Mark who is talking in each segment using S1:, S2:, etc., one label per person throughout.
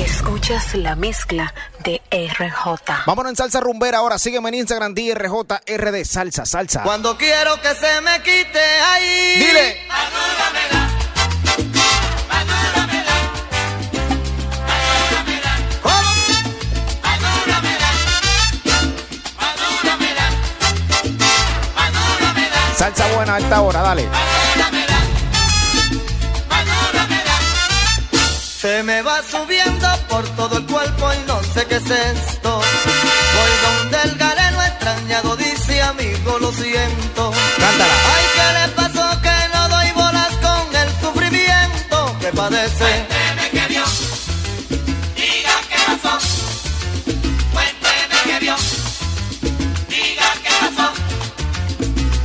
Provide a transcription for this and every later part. S1: Escuchas la mezcla de RJ.
S2: Vámonos en salsa rumbera ahora. Sígueme en Instagram, DRJRD. Salsa, salsa.
S3: Cuando quiero que se me quite ahí.
S2: Dile. Salsa buena a esta hora, dale.
S3: Se me va subiendo por todo el cuerpo y no sé qué es esto. Voy donde el galeno extrañado dice amigo lo siento.
S2: Cántala.
S3: Ay, ¿qué le pasó que no doy bolas con el sufrimiento que padece?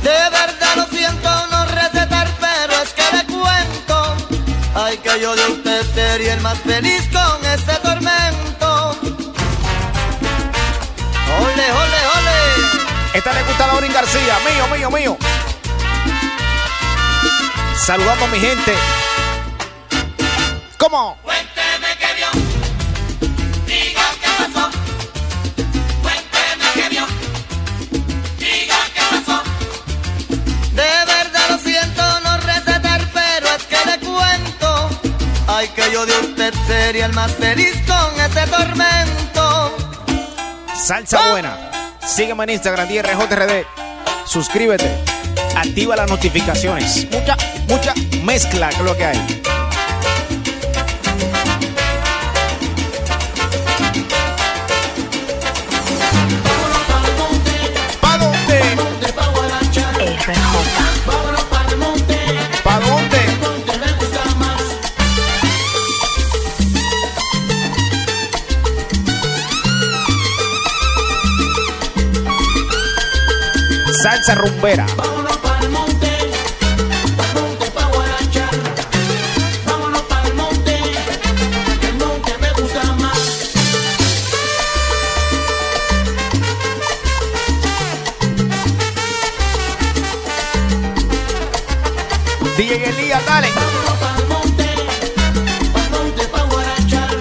S3: De verdad lo siento no recetar, pero es que le cuento. Ay, que yo de usted sería el más feliz con este tormento. Ole, ole, ole.
S2: Esta le gusta a Laurín García. Mío, mío, mío. Saludando a mi gente. ¿Cómo?
S3: De verdad lo siento no recetar, pero es que le cuento. Ay, que yo de usted sería el más feliz con este tormento.
S2: Salsa buena. Sígueme en Instagram, DRJRD. Suscríbete. Activa las notificaciones. Mucha, mucha mezcla que es lo que hay. ¿Pa dónde?
S1: RJ.
S2: ¿Pa dónde? Salsa rumbera.
S4: Vámonos para el monte, para el monte para guarachar. Vámonos para el monte, que el monte me gusta más.
S2: DJ Elías, dale.
S4: Vámonos para el monte, para el monte para guarachar.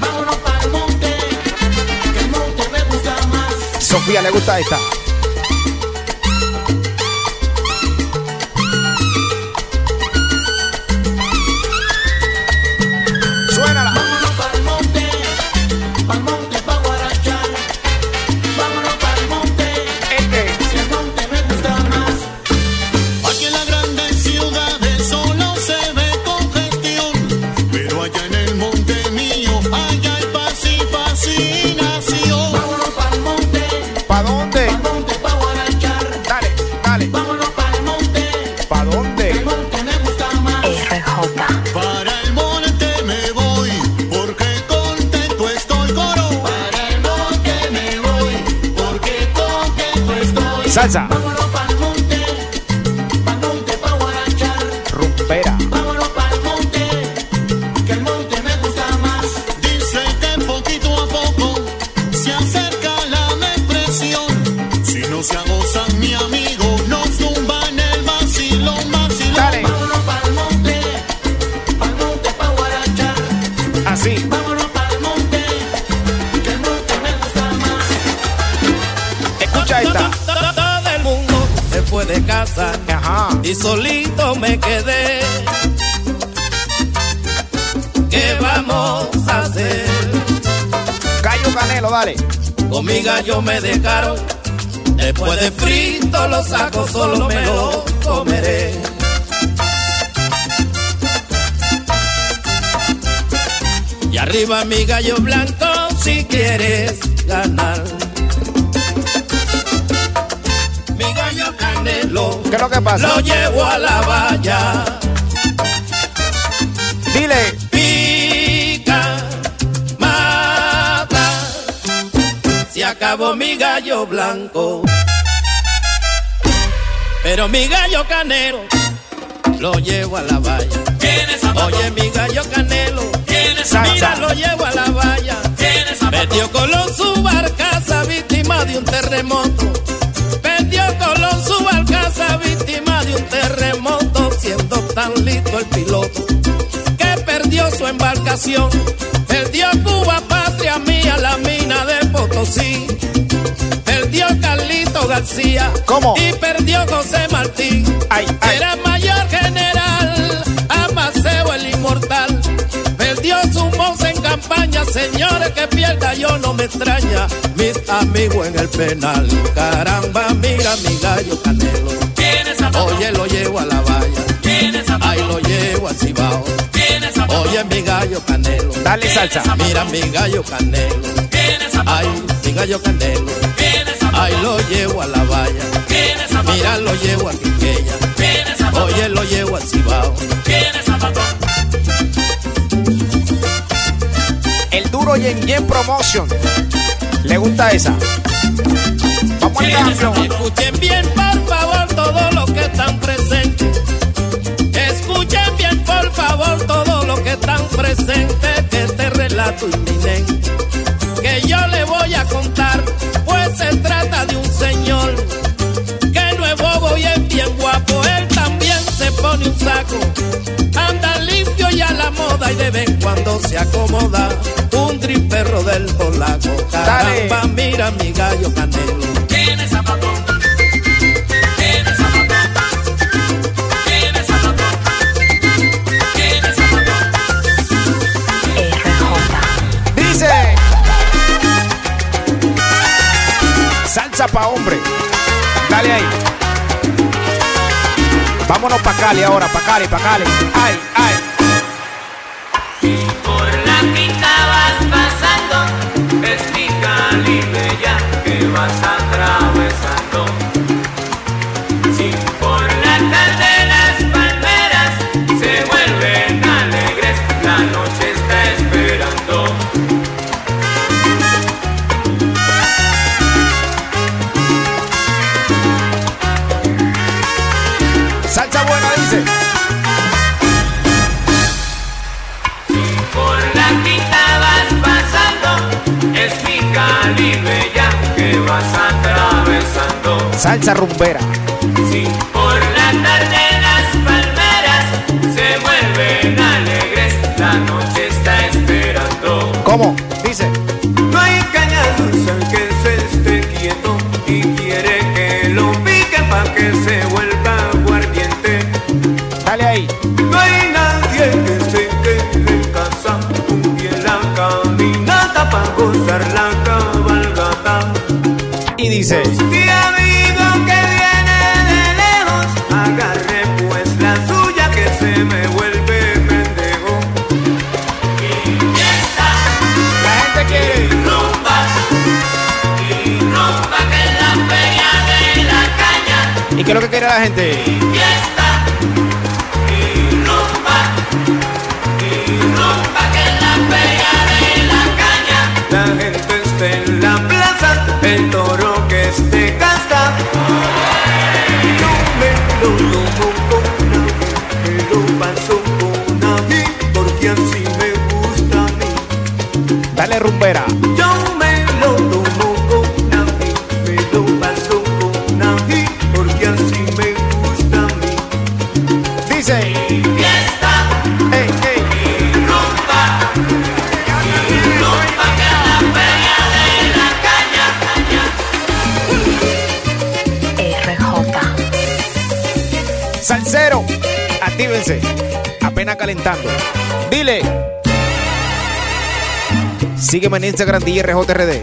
S4: Vámonos para el monte, que el monte me gusta más.
S2: Sofía le gusta esta. Suénala.
S4: Vámonos para el monte, para el monte para guarachar. Vámonos para el monte.
S2: Este.
S4: Que el monte me gusta más. Aquí en las grandes ciudades solo se ve congestión, pero allá en el monte mío, allá hay paz y fascinación. Vámonos para el monte,
S2: ¿Pa dónde?
S4: para monte para guarachar.
S2: Dale, dale.
S4: Vámonos para el monte,
S2: ¿Pa
S4: que el
S2: dónde?
S4: monte me gusta más.
S1: RJ.
S4: Para el monte me voy, porque contento estoy coro. Para el monte me voy, porque contento estoy.
S2: Salsa.
S4: Vámonos pa'l monte, pa'l monte pa' guarachar.
S2: Rumbera.
S4: Vámonos pa'l monte, que el monte me gusta más. Dice que poquito a poco se acerca la depresión. Si no se agozan, mi amigo, nos tumban el vacilón, vacilón.
S2: Dale.
S4: Vámonos pa'l monte, pa'l monte pa' guarachar.
S2: Así.
S4: Vámonos pa'l monte, que el monte me gusta más.
S2: Escucha esta.
S5: Todo el mundo se fue de casa
S2: Ajá.
S5: y solito me quedé. ¿Qué vamos a hacer?
S2: Gallo Canelo, dale.
S5: Con mi gallo me dejaron. Después de frito lo saco, solo me lo comeré. Y arriba mi gallo blanco si quieres ganar. Mi gallo canelo.
S2: ¿Qué es lo que pasa?
S5: Lo llevo a la valla,
S2: Dile.
S5: pica, mata. Se acabó mi gallo blanco. Pero mi gallo canelo lo llevo a la valla. Oye, mi gallo canelo, mira,
S2: Salsa.
S5: lo llevo a la valla. Perdió Colón su barcaza, víctima de un terremoto. Perdió Colón su barcaza, víctima de un terremoto, siendo tan listo el piloto que perdió su embarcación. Perdió la mina de Potosí. Perdió Carlito García.
S2: ¿Cómo?
S5: Y perdió José Martí.
S2: Ay, ay.
S5: Era mayor general, Amaseo el inmortal. Perdió su voz en campaña, señores que pierda yo no me extraña. Mis amigos en el penal, caramba, mira mi gallo canelo. Oye, lo llevo a la valla. Ay, lo llevo a Cibao. Oye, mi gallo canelo.
S2: Dale salsa.
S5: Mira mi gallo canelo. Ay, mi gallo canelo. Ay, lo llevo a la valla. Mira, lo llevo a Quiqueya. Oye, lo llevo a Cibao.
S2: El duro Yen Yen Promotion. ¿Le gusta esa? Vamos al campeón.
S5: Escuchen bien, por favor, todos los que están presentes. Escuchen bien, por favor, todos los que están presentes. de Este relato inminente que yo le voy a contar, pues se trata de un señor que no es bobo y es bien guapo. Él también se pone un saco, anda limpio y a la moda y de vez en cuando se acomoda un triperro del polaco.
S2: Dale.
S5: Caramba, mira mi gallo canelo.
S1: RJ,
S2: Dice. Salsa pa' hombre. Dale ahí. Vámonos pa' Cali ahora, pa' Cali, pa' Cali. Ay, ay.
S6: Por la quinta vas pasando, es mi Cali bella que vas atravesando. Si por la tarde las palmeras se vuelven alegres, la noche está esperando.
S2: Salsa buena, dice.
S6: Por la quinta vas pasando, es mi Cali bella que vas atravesando.
S2: Salsa rumbera.
S6: Si por la tarde las palmeras se vuelven alegres, la noche está esperando.
S2: ¿Cómo? Dice.
S6: No hay caña dulce al que se esté quieto y quiere que lo pique pa' que se vuelva aguardiente.
S2: Dale ahí.
S6: No hay nadie que se quede en casa, cumplie la caminata pa' gozar la cabalgata.
S2: Y dice.
S6: Si amigo que viene de lejos, agarre pues la suya que se me vuelve pendejo. Y fiesta,
S2: La gente quiere.
S6: rumba, y rumba que es la feria de la caña.
S2: ¿Y qué es lo que quiere la gente?
S6: Y fiesta, y rumba, y rumba que es la feria de la caña. La gente está en la plaza, el toro que esté casta. Yo me lo tomo con nadie, me lo paso con nadie, porque así me gusta a mí.
S2: Dale rumbera.
S6: Yo me lo tomo con nadie, me lo paso con nadie, porque así me gusta a mí.
S2: Dice. Ey, ey.
S1: RJ.
S2: Salsero, actívense. Apenas calentando. Dile. Sígueme en Instagram DJRJRD.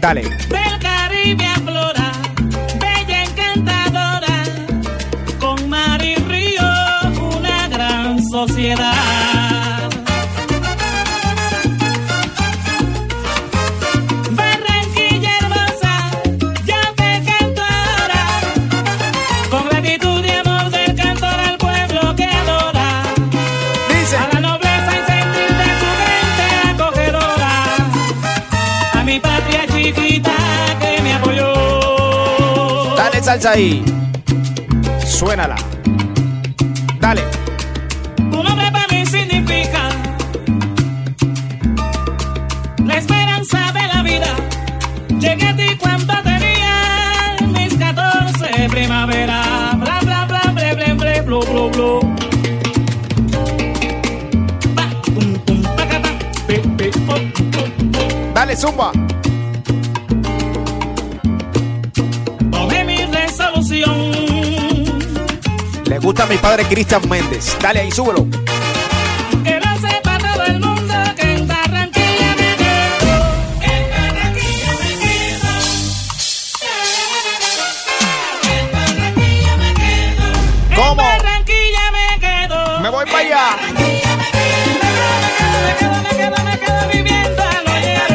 S2: Dale.
S7: Del Caribe aflora, bella encantadora, con mar y río una gran sociedad. Barranquilla hermosa, yo te canto ahora, con gratitud y amor del cantor al pueblo que adora,
S2: Dice.
S7: a la nobleza y sentir de su gente acogedora a mi patria chiquita que me apoyó.
S2: Dale salsa ahí. Suénala. Dale.
S7: Tu nombre para mí significa la esperanza de la vida. Llegué a ti cuando tenía mis 14 primavera. Bla, bla, bla, ble, ble, ble, blu, blu, blu. Pa, pum, pum, pa, ca, pa, pe, pe, pum, pum, pum.
S2: Dale Dale, zumba.
S7: Tomé mi resolución.
S2: Le gusta a mi padre Cristian Méndez. Dale ahí, súbelo.
S7: Que lo sepa todo el mundo que en Barranquilla me quedo. En Barranquilla me quedo. En Barranquilla me quedo. En
S2: ¿Cómo?
S7: Barranquilla me quedo.
S2: Me voy para allá.
S7: Barranquilla me quedo. Me quedo, me quedo, me quedo viviendo al oyer.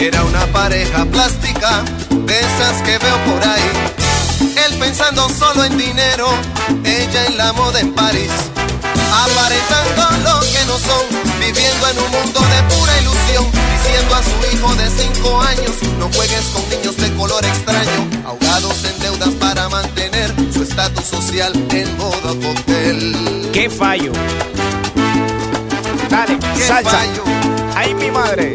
S3: Era una pareja plástica, de esas que veo por ahí. Él pensando solo en dinero, ella en la moda en París. Aparentando lo que no son, viviendo en un mundo de pura ilusión. Diciendo a su hijo de 5 años, no juegues con niños de color extraño. Ahogados en deudas para mantener su estatus social en modo cóctel.
S2: ¿Qué fallo? Dale,
S3: ¿Qué
S2: salsa.
S3: fallo?
S2: Ay, mi madre.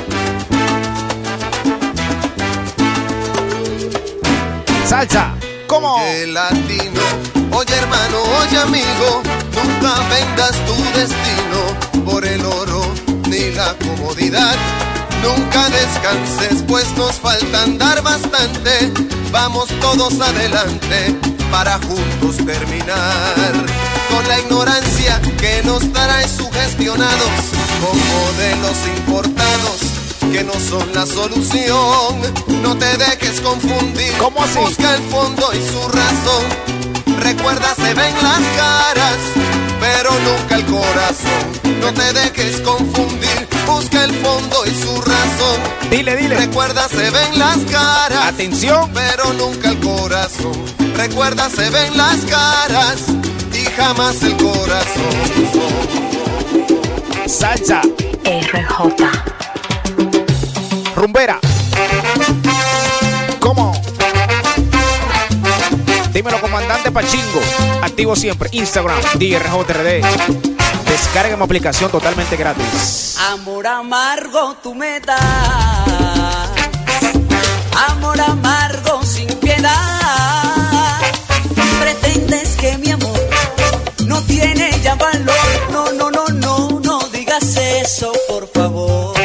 S2: Salsa. ¿Cómo?
S3: Oye latino, oye hermano, oye amigo, nunca vendas tu destino por el oro ni la comodidad. Nunca descanses, pues nos falta andar bastante. Vamos todos adelante para juntos terminar con la ignorancia que nos trae sugestionados con modelos importados que no son la solución. No te dejes confundir.
S2: ¿Cómo así?
S3: Busca el fondo y su razón. Recuerda, se ven las caras, pero nunca el corazón. No te dejes confundir. Busca el fondo y su razón.
S2: Dile, dile.
S3: Recuerda, se ven las caras,
S2: Atención.
S3: pero nunca el corazón. Recuerda, se ven las caras y jamás el corazón.
S2: Salsa.
S1: RJ,
S2: Rumbera. ¿Cómo? Dímelo, comandante Pachingo. Activo siempre. Instagram, DRJRD. Descarga mi aplicación totalmente gratis.
S8: Amor amargo, tu meta. Amor amargo, sin piedad. Pretendes que mi amor no tiene ya valor. No, no, no, no, no digas eso, por favor.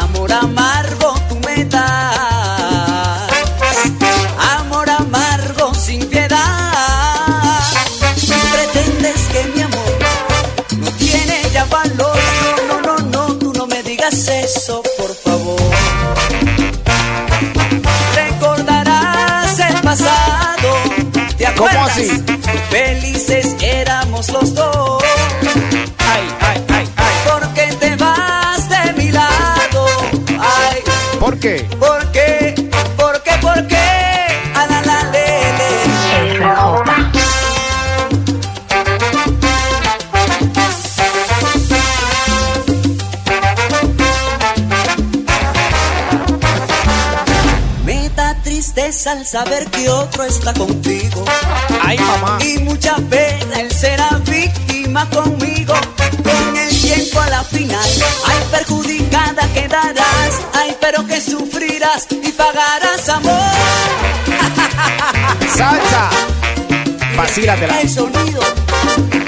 S8: Amor amargo, tu meta. Amor amargo, sin piedad. Pretendes que mi amor no tiene ya valor. No, no, no, no, tú no me digas eso, por favor. Recordarás el pasado. ¿Te
S2: ¿Cómo
S8: acuerdas?
S2: así?
S8: Felices éramos los dos.
S2: Ay, ay, ay, ay.
S8: Porque te vas de mi lado. Ay,
S2: ¿Por qué?
S8: ¿por qué? ¿Por qué? ¿Por qué? A la la le, le.
S1: RJ,
S8: Me da tristeza al saber que otro está contigo.
S2: Ay, mamá.
S8: Y mucha pena él será víctima conmigo. Con el tiempo a la final, ay perjudicada quedarás, ay pero que sufrirás y pagarás amor.
S2: Salsa. Vacílatela.
S8: El sonido.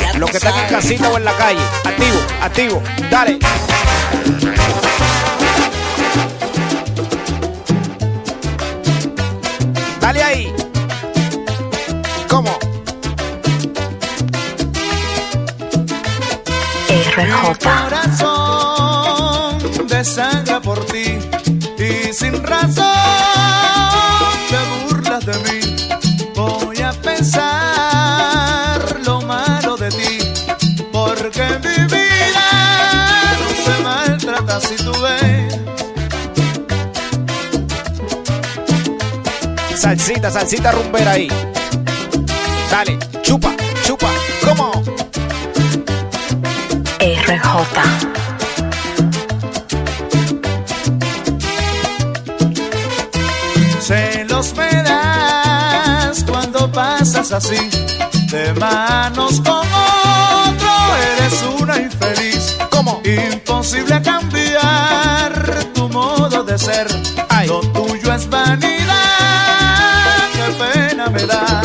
S8: ya
S2: Los
S8: tú
S2: que están en
S8: sabes.
S2: casita o en la calle. Activo, activo. Dale. Dale ahí. ¿Cómo?
S1: RJ,
S9: corazón desangra por ti y sin razón te burlas de mí. Voy a pensar lo malo de ti, porque mi vida no se maltrata si tú ves.
S2: Salsita, salsita rumbera ahí. Dale, chupa, chupa. ¿Cómo?
S1: RJ,
S9: Celos me das cuando pasas así, de manos con otro, eres una infeliz.
S2: ¿Cómo?
S9: Imposible cambiar tu modo de ser.
S2: Ay.
S9: Lo tuyo es vanidad, qué pena me da.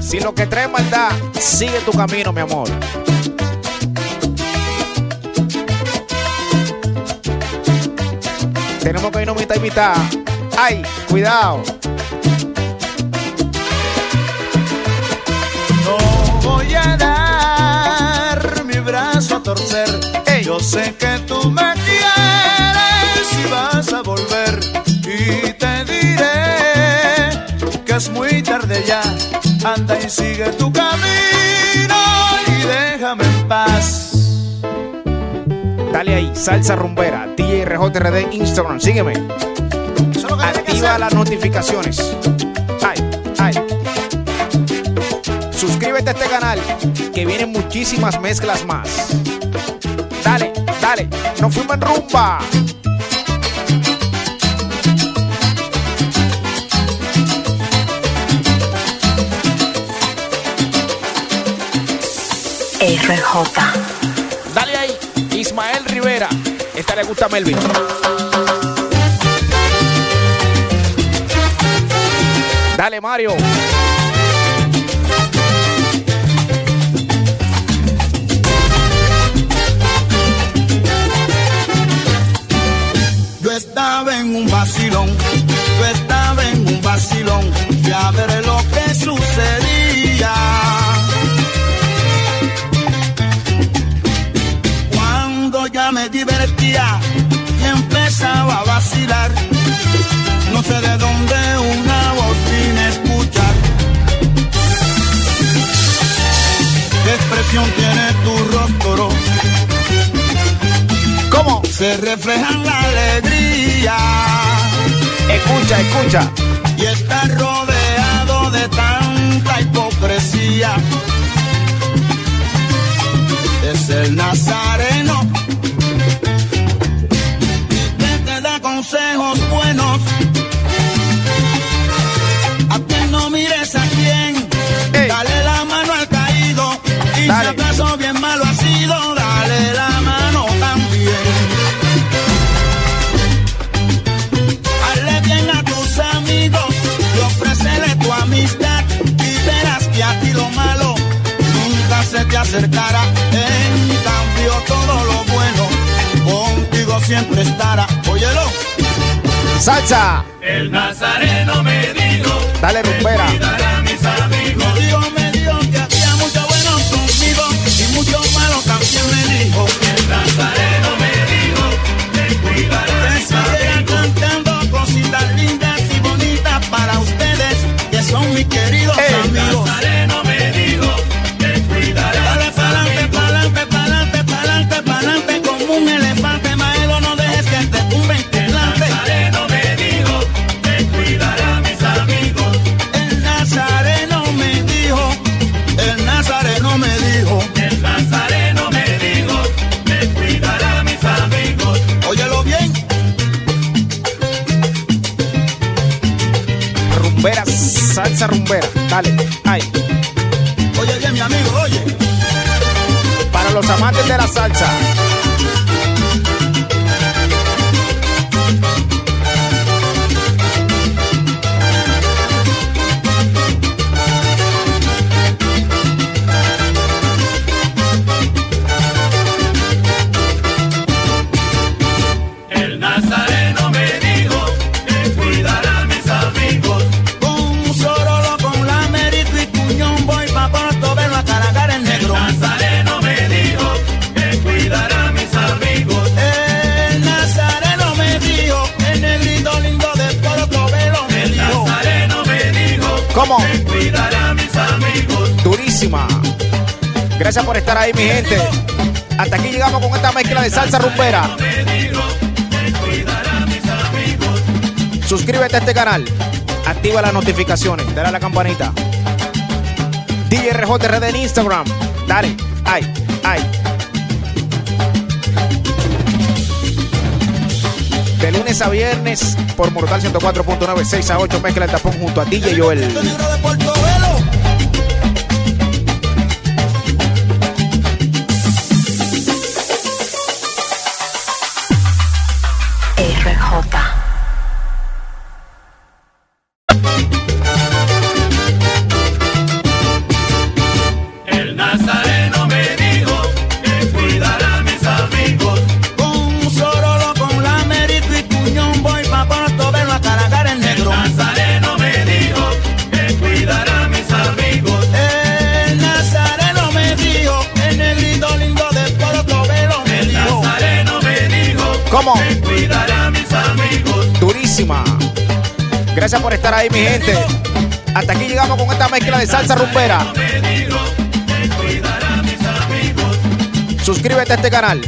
S2: Si lo que trae es maldad, sigue tu camino, mi amor. Tenemos que irnos mitad y mitad. Ay, cuidado.
S9: No voy a dar mi brazo a torcer.
S2: Ey.
S9: Yo sé que tú me quieres y vas a volver. Y te diré que es muy tarde ya. Anda y sigue tu camino y déjame en paz.
S2: Dale ahí, salsa rumbera, DJRJRD Instagram, sígueme.
S9: Eso es lo que tiene que
S2: Activa
S9: hacer.
S2: las notificaciones. Ay, ay. Suscríbete a este canal que vienen muchísimas mezclas más. Dale, dale, nos fuimos en rumba.
S1: RJ.
S2: Dale ahí, Ismael Rivera. Esta le gusta a Melvin. Dale, Mario.
S5: Yo estaba en un vacilón, yo estaba en un vacilón, fui a ver lo que sucedía. Cuando ya me divertía y empezaba a vacilar, no sé de dónde una voz vine a escuchar. ¿Qué expresión tiene tu rostro?
S2: ¿Cómo?
S5: Se refleja en la alegría.
S2: Escucha, escucha.
S5: y está rodeado de tanta hipocresía. Es el Nazareno que te da consejos buenos. A que no mires a quién,
S2: Ey.
S5: dale la mano al caído. Y
S2: Dale.
S5: si acaso bien malo ha sido, dale la mano también. Hazle bien a tus amigos y ofrécele tu amistad y verás que a ti lo malo nunca se te acercará. En cambio todo lo bueno contigo siempre estará. Óyelo.
S2: Salsa.
S6: El nazareno me dijo,
S2: Dale, rumbera.
S6: dará mis amigos.
S5: Me dijo, me dijo que había mucho bueno conmigo y mucho malo también me dijo. Que saliera cantando cositas lindas y bonitas para ustedes que son mis queridos amigos.
S6: Nazareno me dijo, te cuidará.
S5: Dale pa'lante, pa'lante, pa'lante, pa'lante, pa'lante como un elefante, maelo, no dejes que te tumben tu plante.
S6: Nazareno me dijo, te cuidará mis amigos.
S5: El nazareno me dijo, el nazareno me dijo,
S6: El nazareno me dijo, te cuidará mis amigos.
S5: óyelo bien,
S2: Rumbera, salsa rumbera. Dale. Ahí.
S5: oye bien mi amigo, oye.
S2: Para los amantes de la salsa.
S6: El nazareno me dijo, te cuidará mis amigos.
S5: Con un sorolo, con la merito y cuñón voy pa' Porto, verlo a cargar el negro.
S6: Nazareno me dijo, te cuidará mis amigos.
S5: El nazareno me dijo, el negrito lindo de Porto, velo me
S6: El
S5: dijo.
S6: nazareno me dijo,
S2: ¿Cómo?
S6: te cuidará mis amigos.
S2: Durísima. Gracias por estar ahí, mi gente. Hasta aquí llegamos con esta mezcla de salsa rumbera.
S6: Me dijo, te cuidará mis amigos.
S2: Suscríbete a este canal. Activa las notificaciones. Dale a la campanita. DJRJRD en Instagram. Dale. Ay, ay. De lunes a viernes por Mortal 104.96 a 8 mezcla el tapón junto a DJ Joel.
S5: El negro de Portobelo.
S1: RJ.
S6: El nazareno me dijo, te cuidará mis amigos.
S5: Con un sorolo, con la merito y cuñón voy pa' Porto, verlo a cargar el negro.
S6: Nazareno me dijo, te cuidará mis amigos.
S5: El nazareno me dijo, el negrito lindo de Porto, velo me
S6: El
S5: dijo.
S6: nazareno me dijo,
S2: ¿Cómo?
S6: te cuidará mis amigos.
S2: Durísima. Gracias por estar ahí, mi gente. Hasta aquí llegamos con esta mezcla de salsa rumbera.
S6: Me dijo, te cuidará mis amigos.
S2: Suscríbete a este canal.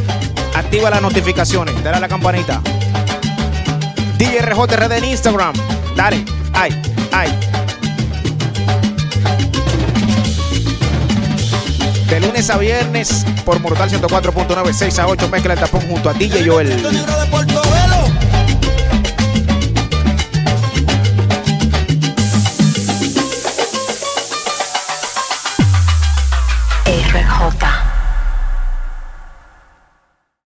S2: Activa las notificaciones. Dale a la campanita. DJRJRD en Instagram. Dale. Ay, ay. De lunes a viernes por Mortal 104.96 a 8 mezcla el tapón junto a DJ
S5: El
S2: Joel.
S5: negro de Portobelo.
S1: RJ.